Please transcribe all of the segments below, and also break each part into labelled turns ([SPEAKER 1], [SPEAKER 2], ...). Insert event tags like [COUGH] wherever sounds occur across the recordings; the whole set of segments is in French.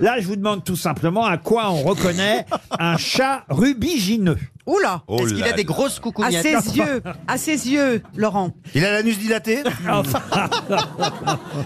[SPEAKER 1] Là, je vous demande tout simplement à quoi on reconnaît un chat rubigineux.
[SPEAKER 2] Oula
[SPEAKER 3] Oh
[SPEAKER 4] Est-ce qu'il
[SPEAKER 3] là
[SPEAKER 4] a des
[SPEAKER 3] là.
[SPEAKER 4] grosses
[SPEAKER 2] À
[SPEAKER 5] Ah,
[SPEAKER 4] coucougnettes
[SPEAKER 2] ses yeux, à ses yeux, Laurent.
[SPEAKER 3] Il a l'anus dilaté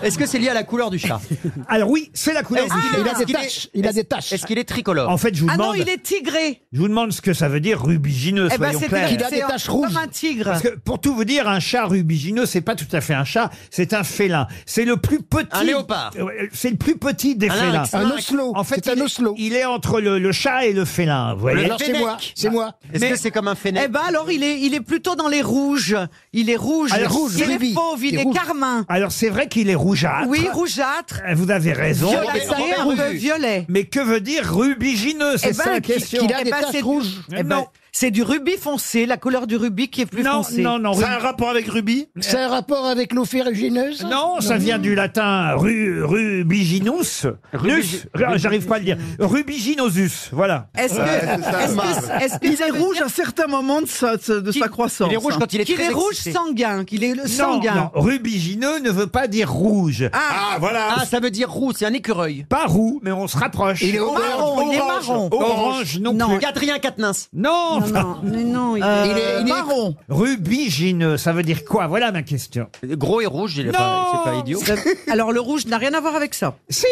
[SPEAKER 4] Est-ce que c'est lié à la couleur du chat
[SPEAKER 1] Alors oui, c'est la
[SPEAKER 2] Eh
[SPEAKER 1] couleur
[SPEAKER 4] Est-ce
[SPEAKER 1] du
[SPEAKER 4] qu'il est-
[SPEAKER 1] chat.
[SPEAKER 5] Ah. Il a
[SPEAKER 4] est-ce
[SPEAKER 5] des
[SPEAKER 4] qu'il est-
[SPEAKER 5] taches. Il a des taches. Oh,
[SPEAKER 4] Est-ce qu'il est tricolore
[SPEAKER 1] En fait, je vous
[SPEAKER 2] Ah non,
[SPEAKER 1] demande,
[SPEAKER 2] il est tigré.
[SPEAKER 1] je vous demande ce que ça veut dire rubigineux,
[SPEAKER 2] Eh ben,
[SPEAKER 1] soyons
[SPEAKER 2] c'est
[SPEAKER 1] clairs.
[SPEAKER 5] Il a des
[SPEAKER 2] c'est un-
[SPEAKER 5] taches rouges.
[SPEAKER 2] Comme un tigre.
[SPEAKER 1] Parce que pour tout vous dire, un chat rubigineux, c'est pas tout à fait un chat, c'est un félin. C'est le plus petit.
[SPEAKER 4] Un léopard.
[SPEAKER 1] Euh, C'est le plus petit des
[SPEAKER 4] Un
[SPEAKER 1] félins.
[SPEAKER 4] lynx.
[SPEAKER 5] Un oslo.
[SPEAKER 1] En fait,
[SPEAKER 5] c'est un
[SPEAKER 1] il, est-
[SPEAKER 5] oslo.
[SPEAKER 1] il est entre le, le chat et le félin. Vous voyez
[SPEAKER 5] Alors c'est
[SPEAKER 4] Fennec.
[SPEAKER 5] moi. C'est moi.
[SPEAKER 4] Est-ce
[SPEAKER 1] mais-
[SPEAKER 4] que c'est comme un
[SPEAKER 2] Eh
[SPEAKER 4] fennec
[SPEAKER 2] ben alors il est, il est plutôt dans les rouges. Il est rouge.
[SPEAKER 1] Ah, il est rouge,
[SPEAKER 2] il
[SPEAKER 5] Ruby.
[SPEAKER 2] est fauve, il
[SPEAKER 5] Il est
[SPEAKER 2] est
[SPEAKER 5] rouge.
[SPEAKER 2] carmin.
[SPEAKER 1] Alors c'est vrai qu'il est rougeâtre. Euh,
[SPEAKER 2] Oui, rougeâtre.
[SPEAKER 1] Vous avez raison.
[SPEAKER 4] Violet.
[SPEAKER 2] Violet,
[SPEAKER 4] Robert-
[SPEAKER 2] un
[SPEAKER 4] Robert
[SPEAKER 2] peu
[SPEAKER 4] Ruby.
[SPEAKER 2] violet.
[SPEAKER 1] Mais que veut dire rubigineux C'est
[SPEAKER 2] Eh ben,
[SPEAKER 1] ça la
[SPEAKER 2] qui-
[SPEAKER 1] question.
[SPEAKER 5] Qu'il a
[SPEAKER 2] Eh
[SPEAKER 5] des
[SPEAKER 2] ben, c'est-
[SPEAKER 5] taches rouges.
[SPEAKER 2] Eh ben,
[SPEAKER 1] Non.
[SPEAKER 2] c'est du rubis foncé, la couleur du rubis qui est plus
[SPEAKER 1] Non,
[SPEAKER 2] foncée.
[SPEAKER 1] non, non,
[SPEAKER 3] Ça a
[SPEAKER 1] rubi-
[SPEAKER 3] un rapport avec Ruby
[SPEAKER 5] ben, C'est un rapport avec l'eau ferrugineuse
[SPEAKER 1] Non, ça vient du latin ru, rubiginus.
[SPEAKER 4] Rubigi-
[SPEAKER 1] Nus. ah, J'arrive pas à le dire. Rubiginosus. Voilà.
[SPEAKER 2] Est-ce que, est-ce que, est-ce que
[SPEAKER 6] Il
[SPEAKER 2] ça
[SPEAKER 6] est
[SPEAKER 2] veut
[SPEAKER 6] rouge
[SPEAKER 2] dire
[SPEAKER 6] à certains moments de sa, de sa
[SPEAKER 2] Qu'il-
[SPEAKER 6] croissance.
[SPEAKER 4] Il est rouge
[SPEAKER 6] hein.
[SPEAKER 4] quand il est
[SPEAKER 2] Qu'il
[SPEAKER 4] très
[SPEAKER 2] est rouge
[SPEAKER 4] excité.
[SPEAKER 2] sanguin, qu'il est le
[SPEAKER 1] Non,
[SPEAKER 2] sanguin.
[SPEAKER 1] non, rubigineux ne veut pas dire rouge.
[SPEAKER 2] Ah,
[SPEAKER 3] Ah, voilà
[SPEAKER 4] Ah, ça veut dire roux, c'est un écureuil.
[SPEAKER 1] Pas roux, mais on se rapproche.
[SPEAKER 5] Il est orange.
[SPEAKER 2] marron, il est marron.
[SPEAKER 1] Orange non,
[SPEAKER 2] Non.
[SPEAKER 1] plus.
[SPEAKER 4] Gadrien Quatennens.
[SPEAKER 1] Non,
[SPEAKER 2] Non, Ah non, mais non, il est-
[SPEAKER 6] Euh,
[SPEAKER 5] Il est- il est-
[SPEAKER 6] marron.
[SPEAKER 1] rubigineux, ça veut dire quoi Voilà ma question.
[SPEAKER 4] Gros et rouge, il
[SPEAKER 1] Non.
[SPEAKER 4] est pas- c'est pas idiot.
[SPEAKER 2] Alors le rouge n'a rien à voir avec ça.
[SPEAKER 1] Si
[SPEAKER 2] euh,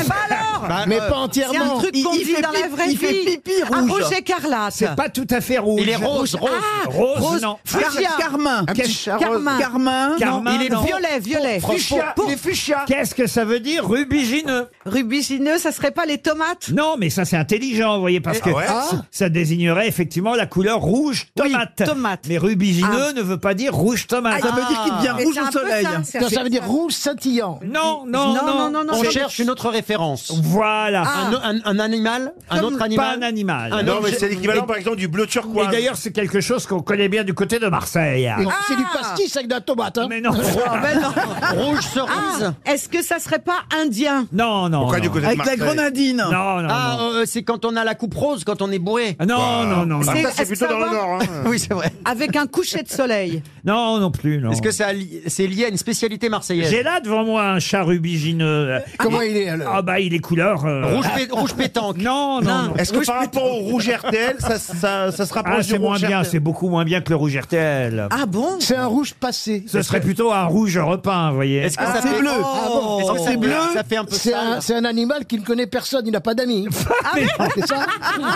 [SPEAKER 2] Eh ben alors
[SPEAKER 5] Ah, Mais
[SPEAKER 4] euh,
[SPEAKER 5] pas
[SPEAKER 2] C'est un
[SPEAKER 5] entièrement.
[SPEAKER 2] truc
[SPEAKER 6] Il-
[SPEAKER 2] qu'on
[SPEAKER 6] il
[SPEAKER 2] dit
[SPEAKER 6] fait
[SPEAKER 2] dans la
[SPEAKER 6] pipi-
[SPEAKER 2] vraie
[SPEAKER 6] il fait
[SPEAKER 2] vie.
[SPEAKER 6] pipi
[SPEAKER 2] Un
[SPEAKER 6] rouge.
[SPEAKER 2] rouge écarlate.
[SPEAKER 1] C'est pas tout à fait rouge.
[SPEAKER 4] Il est rose, rose.
[SPEAKER 2] Ah,
[SPEAKER 1] Rose,
[SPEAKER 2] rose,
[SPEAKER 1] non.
[SPEAKER 6] Car-
[SPEAKER 2] fuchsia.
[SPEAKER 6] Carmin.
[SPEAKER 5] Un petit chat rose.
[SPEAKER 2] Carmin.
[SPEAKER 6] Carmin.
[SPEAKER 1] Carmin,
[SPEAKER 2] il est
[SPEAKER 1] non.
[SPEAKER 2] violet, violet.
[SPEAKER 1] Fuchsia.
[SPEAKER 2] Pour-
[SPEAKER 1] Il est
[SPEAKER 2] fuchsia.
[SPEAKER 1] Qu'est-ce que ça veut dire rubigineux
[SPEAKER 2] Rubicineux, ça serait pas les tomates
[SPEAKER 1] Non, mais ça c'est intelligent, vous voyez, parce que
[SPEAKER 3] Eh, ah ouais
[SPEAKER 1] ça- ça désignerait effectivement la couleur rouge tomate.
[SPEAKER 2] tomate.
[SPEAKER 1] Mais rubigineux ne veut pas dire rouge tomate.
[SPEAKER 6] Ça veut dire qu'il devient
[SPEAKER 2] Mais
[SPEAKER 6] rouge
[SPEAKER 2] Ah. c'est un
[SPEAKER 6] au
[SPEAKER 2] peu
[SPEAKER 6] soleil. hein.
[SPEAKER 2] ça, c'est-
[SPEAKER 5] Non, ça veut dire rouge scintillant.
[SPEAKER 1] Non, non, non,
[SPEAKER 2] non, non, non.
[SPEAKER 4] On
[SPEAKER 2] c'est-
[SPEAKER 4] cherche une autre référence.
[SPEAKER 1] Voilà.
[SPEAKER 5] Ah.
[SPEAKER 4] Un, o- un- un animal Un
[SPEAKER 2] Comme
[SPEAKER 4] autre
[SPEAKER 1] Pas un
[SPEAKER 4] animal
[SPEAKER 1] animal.
[SPEAKER 4] Un
[SPEAKER 3] Ah Non,
[SPEAKER 4] objet-
[SPEAKER 3] mais c'est l'équivalent, par exemple, du bleu turquoise.
[SPEAKER 1] Et d'ailleurs, c'est quelque chose qu'on connaît bien du côté de Marseille.
[SPEAKER 5] Et
[SPEAKER 4] Ah.
[SPEAKER 5] C'est du pastis avec de la tomate. hein.
[SPEAKER 1] Mais non.
[SPEAKER 3] [LAUGHS]
[SPEAKER 2] Ah, ben non.
[SPEAKER 4] Rouge cerise.
[SPEAKER 2] Ah, Est-ce que ça serait pas indien
[SPEAKER 1] Non, non.
[SPEAKER 3] Pourquoi
[SPEAKER 1] non.
[SPEAKER 3] du côté
[SPEAKER 6] Avec
[SPEAKER 3] de
[SPEAKER 6] la
[SPEAKER 3] Marseille
[SPEAKER 6] grenadine.
[SPEAKER 1] Non, non,
[SPEAKER 4] Ah,
[SPEAKER 1] non.
[SPEAKER 4] euh, c'est quand on a la coupe rose, quand on est bourré.
[SPEAKER 1] Ah, Non, non, non, non.
[SPEAKER 3] Ah, ça,
[SPEAKER 2] Est-ce que
[SPEAKER 3] c'est plutôt
[SPEAKER 2] ça
[SPEAKER 3] dans le
[SPEAKER 2] va
[SPEAKER 3] nord. hein.
[SPEAKER 4] Oui, c'est vrai.
[SPEAKER 2] avec un coucher de soleil
[SPEAKER 1] Non, non plus, non.
[SPEAKER 4] Est-ce que ça li- c'est lié à une spécialité marseillaise
[SPEAKER 1] J'ai là devant moi un chat rubigineux.
[SPEAKER 5] Comment il est
[SPEAKER 1] Ah
[SPEAKER 5] alors
[SPEAKER 1] bah, il est couleur... euh,
[SPEAKER 4] Rouge, pé- rouge pétanque.
[SPEAKER 1] Non, non, non.
[SPEAKER 3] Est-ce que par rapport au rouge RTL, ça, ça, ça se rapproche
[SPEAKER 1] Ah,
[SPEAKER 3] du
[SPEAKER 1] c'est moins
[SPEAKER 3] rouge
[SPEAKER 1] bien,
[SPEAKER 3] RTL
[SPEAKER 1] c'est beaucoup moins bien que le rouge RTL.
[SPEAKER 2] Ah bon
[SPEAKER 5] C'est un rouge passé.
[SPEAKER 1] Ce serait plutôt un rouge repeint, vous voyez.
[SPEAKER 4] Est-ce que
[SPEAKER 6] Ah,
[SPEAKER 4] ça
[SPEAKER 6] c'est
[SPEAKER 4] fait
[SPEAKER 6] bleu.
[SPEAKER 4] Ah bon. Est-ce que
[SPEAKER 6] Oh.
[SPEAKER 4] ça-
[SPEAKER 6] C'est bleu.
[SPEAKER 4] Ça fait un peu
[SPEAKER 5] C'est un,
[SPEAKER 4] sale.
[SPEAKER 5] c'est un animal qui ne connaît personne, il n'a pas d'amis. Ah, C'est ça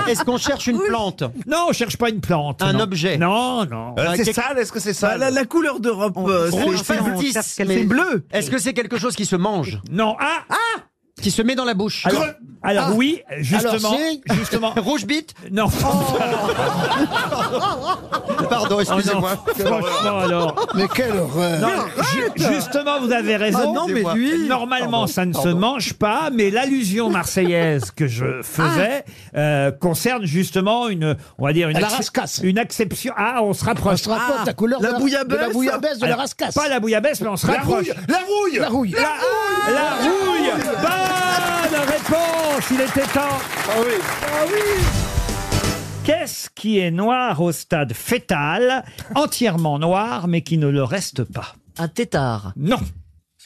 [SPEAKER 4] Est-ce qu'on cherche une plante
[SPEAKER 1] Non, on cherche pas une plante.
[SPEAKER 4] Un
[SPEAKER 1] non.
[SPEAKER 4] objet.
[SPEAKER 1] Non, non.
[SPEAKER 3] Euh,
[SPEAKER 4] Ah,
[SPEAKER 3] C'est
[SPEAKER 4] quel-
[SPEAKER 3] sale Est-ce que c'est
[SPEAKER 6] Bah,
[SPEAKER 3] sale
[SPEAKER 6] la, la couleur d'Europe, euh, c'est-
[SPEAKER 4] Rouge
[SPEAKER 6] c'est
[SPEAKER 4] pastis.
[SPEAKER 6] c'est
[SPEAKER 4] mais-
[SPEAKER 6] bleu.
[SPEAKER 4] Est-ce que c'est quelque chose qui se mange
[SPEAKER 1] Non, ah,
[SPEAKER 4] Qui se met dans la bouche
[SPEAKER 1] Alors, alors
[SPEAKER 5] Ah.
[SPEAKER 1] oui, justement,
[SPEAKER 5] Alors, c'est-
[SPEAKER 1] justement,
[SPEAKER 4] [LAUGHS] Rouge bite
[SPEAKER 1] non,
[SPEAKER 4] Pardon,
[SPEAKER 1] Oh, non.
[SPEAKER 4] excusez-moi.
[SPEAKER 1] franchement alors,
[SPEAKER 5] Mais quelle horreur
[SPEAKER 1] Non, ju- justement vous avez raison.
[SPEAKER 6] Ah non, mais lui.
[SPEAKER 1] Normalement, ça ne se mange pas, mais l'allusion marseillaise que je faisais euh, concerne justement une, on va dire une,
[SPEAKER 5] La
[SPEAKER 1] accep-
[SPEAKER 5] rascasse.
[SPEAKER 1] une exception. Ah, on se
[SPEAKER 5] On
[SPEAKER 1] rapproche.
[SPEAKER 5] se rapporte la couleur
[SPEAKER 6] La
[SPEAKER 5] de, la, de la
[SPEAKER 6] bouillabaisse.
[SPEAKER 5] bouillabaisse de la
[SPEAKER 1] Alors,
[SPEAKER 5] rascasse.
[SPEAKER 1] Ah, Pas la bouillabaisse, mais on se
[SPEAKER 3] La
[SPEAKER 1] rapproche.
[SPEAKER 3] rouille La rouille
[SPEAKER 5] La rouille.
[SPEAKER 1] La, la rouille. Bonne réponse. Il était temps. Ah Qu'est-ce qui est noir au stade fœtal, entièrement noir, mais qui ne le reste pas
[SPEAKER 7] [LAUGHS] Un tétard.
[SPEAKER 1] Non.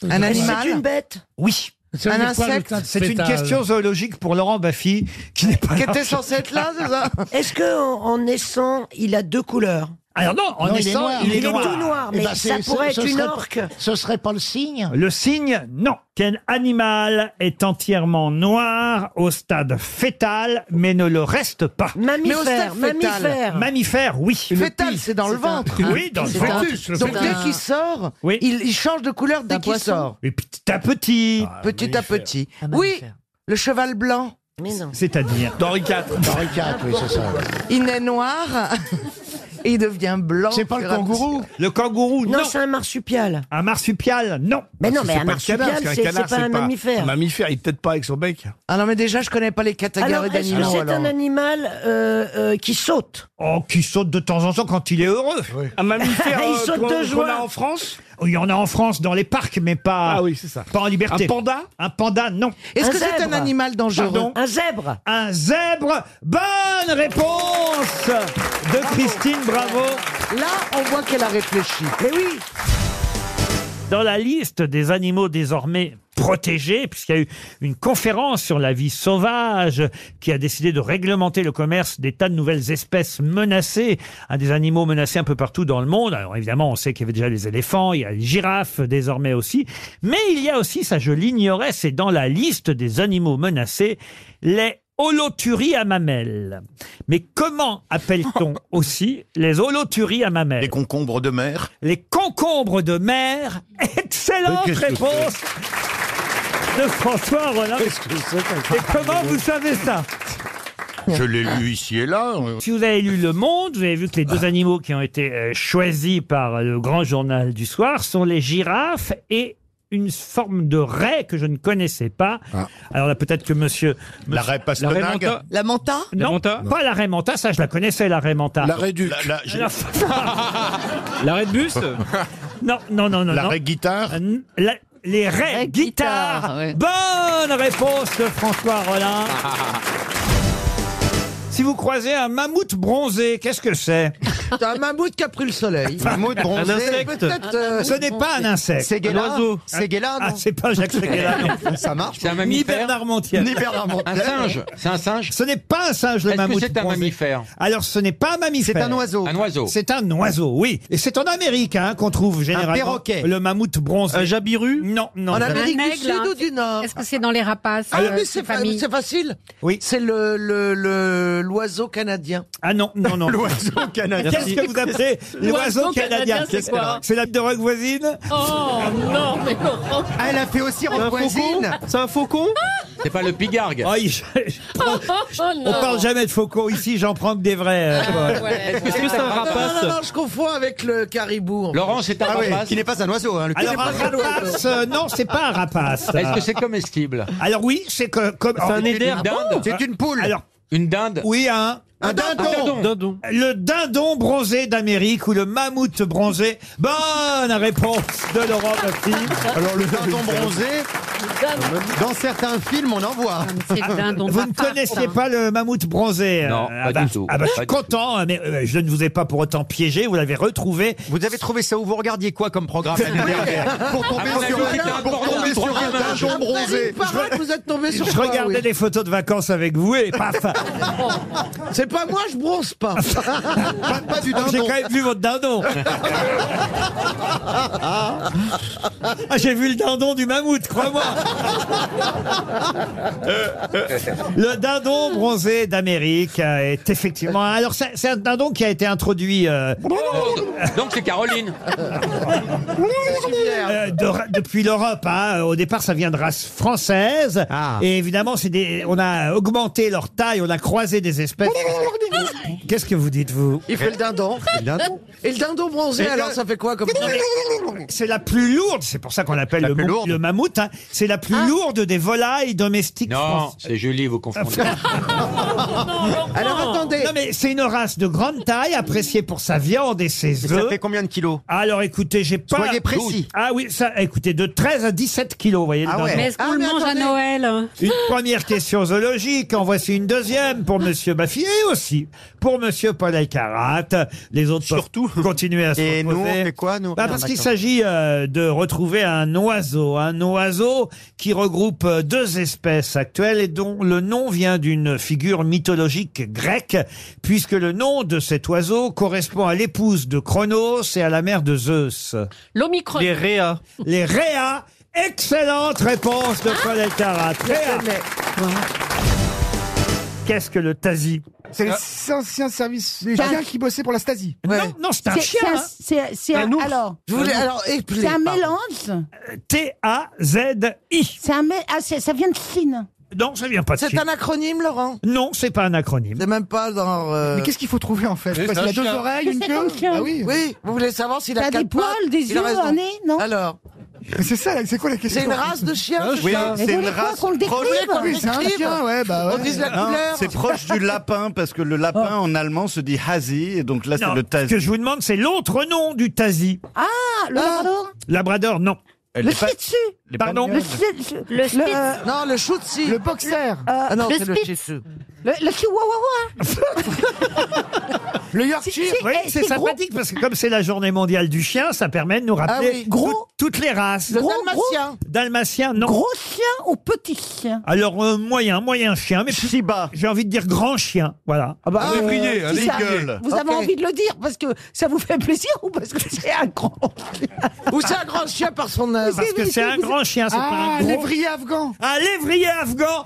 [SPEAKER 2] Un
[SPEAKER 7] C'est une bête.
[SPEAKER 1] Oui.
[SPEAKER 5] Ça veut
[SPEAKER 2] Un
[SPEAKER 5] dire quoi, le
[SPEAKER 2] insecte.
[SPEAKER 5] teinte
[SPEAKER 1] C'est une
[SPEAKER 5] fétale
[SPEAKER 1] question zoologique pour Laurent Baffy, qui n'est pas là.
[SPEAKER 2] censé être là, c'est ça
[SPEAKER 7] Est-ce que en, en naissant, il a deux couleurs
[SPEAKER 1] Alors non, en
[SPEAKER 5] Non, il est
[SPEAKER 1] naissant,
[SPEAKER 5] noir.
[SPEAKER 1] il est,
[SPEAKER 5] Il est
[SPEAKER 1] noir.
[SPEAKER 7] tout noir,
[SPEAKER 5] Eh
[SPEAKER 7] mais
[SPEAKER 5] ben,
[SPEAKER 7] ça
[SPEAKER 5] c'est- ce-
[SPEAKER 7] pourrait
[SPEAKER 5] ce
[SPEAKER 7] être une
[SPEAKER 5] serait pas-
[SPEAKER 7] orque.
[SPEAKER 5] Ce serait pas le signe
[SPEAKER 1] Le signe, non. Quel animal est entièrement noir au stade fœtal, mais ne le reste pas
[SPEAKER 7] Mammifère,
[SPEAKER 6] stade fœtal.
[SPEAKER 7] mammifère.
[SPEAKER 1] Mammifère, oui.
[SPEAKER 6] Fétal, c'est dans le ventre.
[SPEAKER 1] Oui, dans le fœtus.
[SPEAKER 6] Donc
[SPEAKER 7] un-
[SPEAKER 6] dès qu'il sort,
[SPEAKER 1] Oui.
[SPEAKER 6] il, il change de couleur dès qu'il sort,
[SPEAKER 1] Et petit à petit,
[SPEAKER 7] Ah.
[SPEAKER 6] petit à petit.
[SPEAKER 7] Un
[SPEAKER 6] Oui,
[SPEAKER 7] mammifère.
[SPEAKER 6] le cheval blanc.
[SPEAKER 7] Mais non.
[SPEAKER 1] c'est-à-dire.
[SPEAKER 3] Henri IV.
[SPEAKER 5] Henri IV, oui, c'est ça.
[SPEAKER 6] Il naît noir
[SPEAKER 7] [LAUGHS]
[SPEAKER 6] et il devient blanc.
[SPEAKER 5] C'est pas le kangourou
[SPEAKER 1] Le kangourou, non.
[SPEAKER 7] Non, c'est un marsupial.
[SPEAKER 1] Un marsupial, non.
[SPEAKER 7] Mais non, mais
[SPEAKER 8] C'est
[SPEAKER 7] un
[SPEAKER 8] pas le canard,
[SPEAKER 7] marsupial,
[SPEAKER 8] parce qu'un
[SPEAKER 7] c'est
[SPEAKER 8] canard,
[SPEAKER 7] c'est pas un mammifère.
[SPEAKER 8] mammifère, il peut-être pas avec son bec.
[SPEAKER 6] Ah non, mais déjà, je connais pas les
[SPEAKER 7] Alors,
[SPEAKER 6] catégories
[SPEAKER 7] est-ce que
[SPEAKER 6] d'animaux.
[SPEAKER 7] c'est un animal euh, euh, qui saute
[SPEAKER 1] Oh, qui saute de temps en temps quand il est heureux.
[SPEAKER 8] Un
[SPEAKER 4] Ah,
[SPEAKER 8] mammifère
[SPEAKER 7] Il saute de joie.
[SPEAKER 8] France
[SPEAKER 1] Il y en a en France dans les parcs, mais pas,
[SPEAKER 8] Ah oui, c'est ça.
[SPEAKER 1] pas en liberté.
[SPEAKER 8] Un panda
[SPEAKER 1] Un panda, non.
[SPEAKER 6] Est-ce
[SPEAKER 7] Un
[SPEAKER 6] que c'est un
[SPEAKER 7] zèbre.
[SPEAKER 6] animal dangereux
[SPEAKER 1] Pardon
[SPEAKER 7] Un zèbre
[SPEAKER 1] Un zèbre. Bonne réponse de Christine Bravo.
[SPEAKER 6] Là, on voit qu'elle a réfléchi.
[SPEAKER 7] Mais oui
[SPEAKER 1] Dans la liste des animaux désormais protégés, puisqu'il y a eu une conférence sur la vie sauvage qui a décidé de réglementer le commerce des tas de nouvelles espèces menacées, hein, des animaux menacés un peu partout dans le monde. Alors évidemment, on sait qu'il y avait déjà les éléphants, il y a les girafes désormais aussi, mais il y a aussi, ça je l'ignorais, c'est dans la liste des animaux menacés, les holoturies à mamelles. Mais comment appelle-t-on aussi les holoturies à mamelles
[SPEAKER 9] concombres de mer.
[SPEAKER 1] les concombres de mer. Excellente
[SPEAKER 3] Mais qu'est-ce que
[SPEAKER 1] réponse de François Rollin. Et comment vous savez ça
[SPEAKER 9] Je l'ai lu ici et là.
[SPEAKER 1] Si vous avez lu Le Monde, vous avez vu que les
[SPEAKER 3] Ah.
[SPEAKER 1] deux animaux qui ont été euh, choisis par le grand journal du soir sont les girafes et une forme de raie que je ne connaissais pas.
[SPEAKER 3] Ah.
[SPEAKER 1] Alors là, peut-être que monsieur...
[SPEAKER 9] La raie pastenague.
[SPEAKER 6] La manta
[SPEAKER 1] non, pas la raie manta, ça je la connaissais, la raie manta.
[SPEAKER 5] L'arrêt du.
[SPEAKER 9] La, la- j'ai-
[SPEAKER 1] Alors,
[SPEAKER 8] L'arrêt de
[SPEAKER 2] [LAUGHS]
[SPEAKER 8] bus euh,
[SPEAKER 1] non, non, non, non.
[SPEAKER 9] la
[SPEAKER 1] non.
[SPEAKER 9] raie guitare.
[SPEAKER 1] Euh, la- les raies,
[SPEAKER 6] Raies,
[SPEAKER 1] guitare.
[SPEAKER 6] guitare, ouais.
[SPEAKER 1] Bonne réponse de François Rollin. Si vous croisez un mammouth bronzé, qu'est-ce que c'est
[SPEAKER 2] T'as un mammouth qui a pris le soleil.
[SPEAKER 4] Mammouth bronzé.
[SPEAKER 2] Peut-être. euh,
[SPEAKER 1] Ce n'est pas Eh, un insecte.
[SPEAKER 4] C'est Guéla. C'est Guéla,
[SPEAKER 1] Ah,
[SPEAKER 4] non
[SPEAKER 1] c'est pas Jacques Seguela, non.
[SPEAKER 4] Ça marche
[SPEAKER 10] C'est un
[SPEAKER 1] ni
[SPEAKER 10] mammifère
[SPEAKER 1] Bernard Montiel.
[SPEAKER 4] Ni Bernard Montiel.
[SPEAKER 10] Un singe C'est un singe
[SPEAKER 1] Ce n'est pas un singe le
[SPEAKER 10] Est-ce que
[SPEAKER 1] mammouth
[SPEAKER 10] c'est un
[SPEAKER 1] bronzé.
[SPEAKER 10] mammifère
[SPEAKER 1] Alors ce n'est pas un mammifère.
[SPEAKER 4] C'est un oiseau.
[SPEAKER 10] Un oiseau
[SPEAKER 1] C'est un oiseau, oui. Et c'est en Amérique hein, qu'on trouve généralement
[SPEAKER 4] perroquet.
[SPEAKER 1] le mammouth bronzé.
[SPEAKER 6] Euh,
[SPEAKER 8] Un jabiru
[SPEAKER 1] Non, non.
[SPEAKER 2] En
[SPEAKER 1] non.
[SPEAKER 2] Amérique
[SPEAKER 11] Un
[SPEAKER 2] du
[SPEAKER 11] aigle,
[SPEAKER 2] Sud
[SPEAKER 11] hein,
[SPEAKER 2] ou du Nord
[SPEAKER 11] Est-ce que c'est dans les rapaces
[SPEAKER 2] Ah oui,
[SPEAKER 11] euh,
[SPEAKER 2] mais
[SPEAKER 11] ces
[SPEAKER 2] c'est fa-
[SPEAKER 11] familles
[SPEAKER 2] c'est facile.
[SPEAKER 1] Oui.
[SPEAKER 2] C'est le le- le- l'oiseau canadien.
[SPEAKER 1] Ah non, non, non.
[SPEAKER 4] Oiseau canadien.
[SPEAKER 1] Qu'est-ce que vous appelez l'oiseau canadien
[SPEAKER 11] canadien, c'est
[SPEAKER 1] Qu'est-ce
[SPEAKER 11] quoi
[SPEAKER 1] que- C'est la drogue voisine
[SPEAKER 11] Oh,
[SPEAKER 4] Ah, elle a fait aussi en voisine.
[SPEAKER 8] C'est un faucon
[SPEAKER 10] C'est pas le pigargue
[SPEAKER 1] Oh, il- [LAUGHS] je prends-
[SPEAKER 11] Oh,
[SPEAKER 1] On parle jamais de Foucault ici, j'en prends que des vrais. euh, Paul.
[SPEAKER 8] Est-ce que
[SPEAKER 4] Ah,
[SPEAKER 8] c'est un
[SPEAKER 2] Non,
[SPEAKER 8] rapace
[SPEAKER 2] non, non, je confonds avec le caribou. en fait.
[SPEAKER 10] Laurent, c'est un
[SPEAKER 4] Ah oui,
[SPEAKER 10] rapace
[SPEAKER 4] qui n'est pas un oiseau. Hein, le
[SPEAKER 1] Alors un rapace, euh, non, c'est pas un rapace.
[SPEAKER 10] Est-ce que c'est comestible
[SPEAKER 1] Alors oui, c'est que- comme. euh,
[SPEAKER 8] C'est un éder
[SPEAKER 10] Une dinde
[SPEAKER 4] Ah, C'est une poule.
[SPEAKER 1] Alors
[SPEAKER 10] Une dinde
[SPEAKER 1] oui, un.
[SPEAKER 4] un dindon.
[SPEAKER 8] Dindon.
[SPEAKER 1] Le dindon bronzé d'Amérique ou le mammouth bronzé. Bonne réponse de Laurent Baffi.
[SPEAKER 4] Alors le dindon bronzé. Dans certains films, on en voit.
[SPEAKER 11] C'est le dindon de
[SPEAKER 1] Ah, Vous
[SPEAKER 11] la
[SPEAKER 1] ne
[SPEAKER 11] farce,
[SPEAKER 1] connaissez
[SPEAKER 11] hein.
[SPEAKER 1] pas le mammouth bronzé
[SPEAKER 10] Non,
[SPEAKER 1] euh,
[SPEAKER 10] pas
[SPEAKER 1] ah bah-
[SPEAKER 10] du tout.
[SPEAKER 1] Ah bah, je
[SPEAKER 10] Pas
[SPEAKER 1] suis
[SPEAKER 10] du tout.
[SPEAKER 1] content, hein, mais euh, je ne vous ai pas pour autant piégé. Vous l'avez retrouvé
[SPEAKER 4] Vous avez trouvé ça où vous regardiez quoi comme programme l'année dernière Pour tomber
[SPEAKER 10] mon
[SPEAKER 4] sur
[SPEAKER 10] avis,
[SPEAKER 4] un-
[SPEAKER 10] c'était un
[SPEAKER 4] pour tomber
[SPEAKER 10] programme
[SPEAKER 4] sur un dindon bronzé.
[SPEAKER 2] Pareil, vous êtes tombé sur
[SPEAKER 1] Je
[SPEAKER 2] quoi,
[SPEAKER 1] regardais
[SPEAKER 2] oui.
[SPEAKER 1] des photos de vacances avec vous et paf
[SPEAKER 2] [LAUGHS] C'est pas moi, je
[SPEAKER 1] [LAUGHS]
[SPEAKER 2] bronze pas.
[SPEAKER 4] Pas, pas du
[SPEAKER 1] J'ai
[SPEAKER 4] dindon.
[SPEAKER 1] quand même vu votre
[SPEAKER 2] [LAUGHS]
[SPEAKER 1] dindon. ah, j'ai vu le dindon du mammouth, crois-moi. le dindon bronzé d'Amérique euh, est effectivement. Alors, c'est c'est un dindon qui a été introduit euh,
[SPEAKER 10] Donc c'est Caroline
[SPEAKER 1] euh, de- depuis l'Europe. hein. Au départ, ça vient de race française.
[SPEAKER 4] Ah.
[SPEAKER 1] Et évidemment, c'est des, on a augmenté leur taille, on a croisé des espèces. Qu'est-ce que vous dites, vous
[SPEAKER 2] Il fait le dindon. Et le dindon bronzé, alors ça fait quoi comme
[SPEAKER 1] C'est la plus lourde, c'est pour ça qu'on l'appelle
[SPEAKER 4] La
[SPEAKER 1] le,
[SPEAKER 4] plus
[SPEAKER 1] mou-
[SPEAKER 4] lourde. Ah.
[SPEAKER 1] le mammouth. hein. C'est la plus lourde des volailles domestiques
[SPEAKER 10] Non,
[SPEAKER 1] françaises.
[SPEAKER 10] c'est Julie, vous confondez.
[SPEAKER 2] Alors attendez.
[SPEAKER 1] Non mais c'est une race de grande taille appréciée pour sa viande et ses
[SPEAKER 4] Ça
[SPEAKER 1] œufs.
[SPEAKER 4] fait combien de kilos
[SPEAKER 1] Alors écoutez, j'ai pas
[SPEAKER 4] Soyez précis.
[SPEAKER 1] Ah oui, ça écoutez de 13 à 17 kilos, vous voyez le
[SPEAKER 4] Ah ouais.
[SPEAKER 1] dindon.
[SPEAKER 11] Mais est-ce qu'on
[SPEAKER 2] Ah,
[SPEAKER 11] le
[SPEAKER 2] mais
[SPEAKER 11] mange
[SPEAKER 2] attendez.
[SPEAKER 11] à Noël
[SPEAKER 1] Une première question zoologique, en voici une deuxième pour monsieur Baffy et aussi pour monsieur Paul Aycarat. Les autres surtout continuer à se
[SPEAKER 4] Et nous, on
[SPEAKER 1] reposer.
[SPEAKER 4] fait quoi nous
[SPEAKER 1] Bah,
[SPEAKER 4] Non,
[SPEAKER 1] parce qu'il
[SPEAKER 4] d'accord.
[SPEAKER 1] s'agit euh, de retrouver un oiseau, un oiseau qui regroupe euh, deux espèces actuelles et dont le nom vient d'une figure mythologique grecque, puisque le nom de cet oiseau correspond à l'épouse de Chronos et à la mère de Zeus.
[SPEAKER 11] L'omicron.
[SPEAKER 8] Les réas.
[SPEAKER 1] Les Rhéas, excellente réponse de Paul
[SPEAKER 2] Ah,
[SPEAKER 1] Elkarat. Rhéa. Qu'est-ce que le tasie
[SPEAKER 5] C'est les
[SPEAKER 8] Ah.
[SPEAKER 5] anciens services, les
[SPEAKER 11] Ça-
[SPEAKER 5] chiens qui bossaient pour la Stasi.
[SPEAKER 2] Ouais.
[SPEAKER 1] Non, non, c'est un chien. hein.
[SPEAKER 11] C'est
[SPEAKER 8] Un ours.
[SPEAKER 11] Alors,
[SPEAKER 2] Je voulais alors épeler, pardon.
[SPEAKER 11] mélange.
[SPEAKER 1] hein. T-A-Z-I.
[SPEAKER 11] C'est un ça vient de Chine.
[SPEAKER 1] Non, ça vient pas de
[SPEAKER 2] C'est
[SPEAKER 1] Chine.
[SPEAKER 2] un acronyme, Laurent.
[SPEAKER 1] Non, c'est pas un acronyme.
[SPEAKER 2] C'est même pas dans. euh,
[SPEAKER 5] Mais qu'est-ce qu'il faut trouver en fait
[SPEAKER 8] Mais
[SPEAKER 5] Parce
[SPEAKER 8] c'est
[SPEAKER 5] qu'il
[SPEAKER 8] un
[SPEAKER 5] a deux
[SPEAKER 8] chien.
[SPEAKER 5] oreilles,
[SPEAKER 11] Mais
[SPEAKER 5] une
[SPEAKER 11] c'est
[SPEAKER 5] queue
[SPEAKER 11] un chien.
[SPEAKER 5] Ah oui.
[SPEAKER 2] Oui, vous voulez savoir s'il a
[SPEAKER 11] T'as
[SPEAKER 2] quatre
[SPEAKER 11] des poils,
[SPEAKER 2] pattes,
[SPEAKER 11] des
[SPEAKER 2] il a
[SPEAKER 11] yeux,
[SPEAKER 2] raison.
[SPEAKER 11] un nez, non
[SPEAKER 2] Alors,
[SPEAKER 5] Mais c'est ça, là, c'est quoi la question
[SPEAKER 2] c'est une race de chien.
[SPEAKER 4] Oui, c'est une
[SPEAKER 11] voulez quoi,
[SPEAKER 4] race
[SPEAKER 11] qu'on le décrive
[SPEAKER 4] proche-
[SPEAKER 11] qu'on
[SPEAKER 5] Ah, Oui, c'est un
[SPEAKER 2] décrive.
[SPEAKER 5] chien, ouais, bah
[SPEAKER 2] On
[SPEAKER 5] ouais.
[SPEAKER 2] dise la
[SPEAKER 9] Hein,
[SPEAKER 2] couleur.
[SPEAKER 9] c'est proche du lapin parce que le lapin en allemand se dit hasi et donc là c'est
[SPEAKER 1] Non,
[SPEAKER 9] le
[SPEAKER 1] ce que
[SPEAKER 9] tasie.
[SPEAKER 1] je vous demande, c'est l'autre nom du tasie.
[SPEAKER 11] Ah, le labrador
[SPEAKER 1] Labrador, non.
[SPEAKER 9] Elle est pas-
[SPEAKER 1] Pardon
[SPEAKER 11] Le, le,
[SPEAKER 2] Non, le chou
[SPEAKER 5] Le boxer
[SPEAKER 2] Ah non,
[SPEAKER 11] le
[SPEAKER 2] c'est le
[SPEAKER 11] spitz.
[SPEAKER 2] shih tzu. Le, le chihuahua.
[SPEAKER 1] Le
[SPEAKER 2] Yorkshire.
[SPEAKER 1] Oui,
[SPEAKER 2] eh,
[SPEAKER 1] c'est
[SPEAKER 2] c'est gros.
[SPEAKER 1] sympathique parce que comme c'est la journée mondiale du chien, ça permet de nous rappeler
[SPEAKER 2] Ah oui. Gros.
[SPEAKER 1] tout- toutes les races.
[SPEAKER 2] Le Gros, dalmatien. gros.
[SPEAKER 1] Dalmatien, non.
[SPEAKER 2] Gros chien ou petit chien
[SPEAKER 1] Alors euh, moyen, moyen chien, mais plus bas. J'ai envie de dire grand chien, voilà. Ah
[SPEAKER 2] Euh, si ça- Vous avez envie de le dire parce que ça vous fait plaisir ou parce que c'est un grand
[SPEAKER 12] Ou c'est un grand chien par son
[SPEAKER 1] œuvre. Parce que c'est un grand chien, c'est pas
[SPEAKER 6] Ah,
[SPEAKER 1] un gros.
[SPEAKER 6] lévrier afghan.
[SPEAKER 1] Ah, lévrier afghan.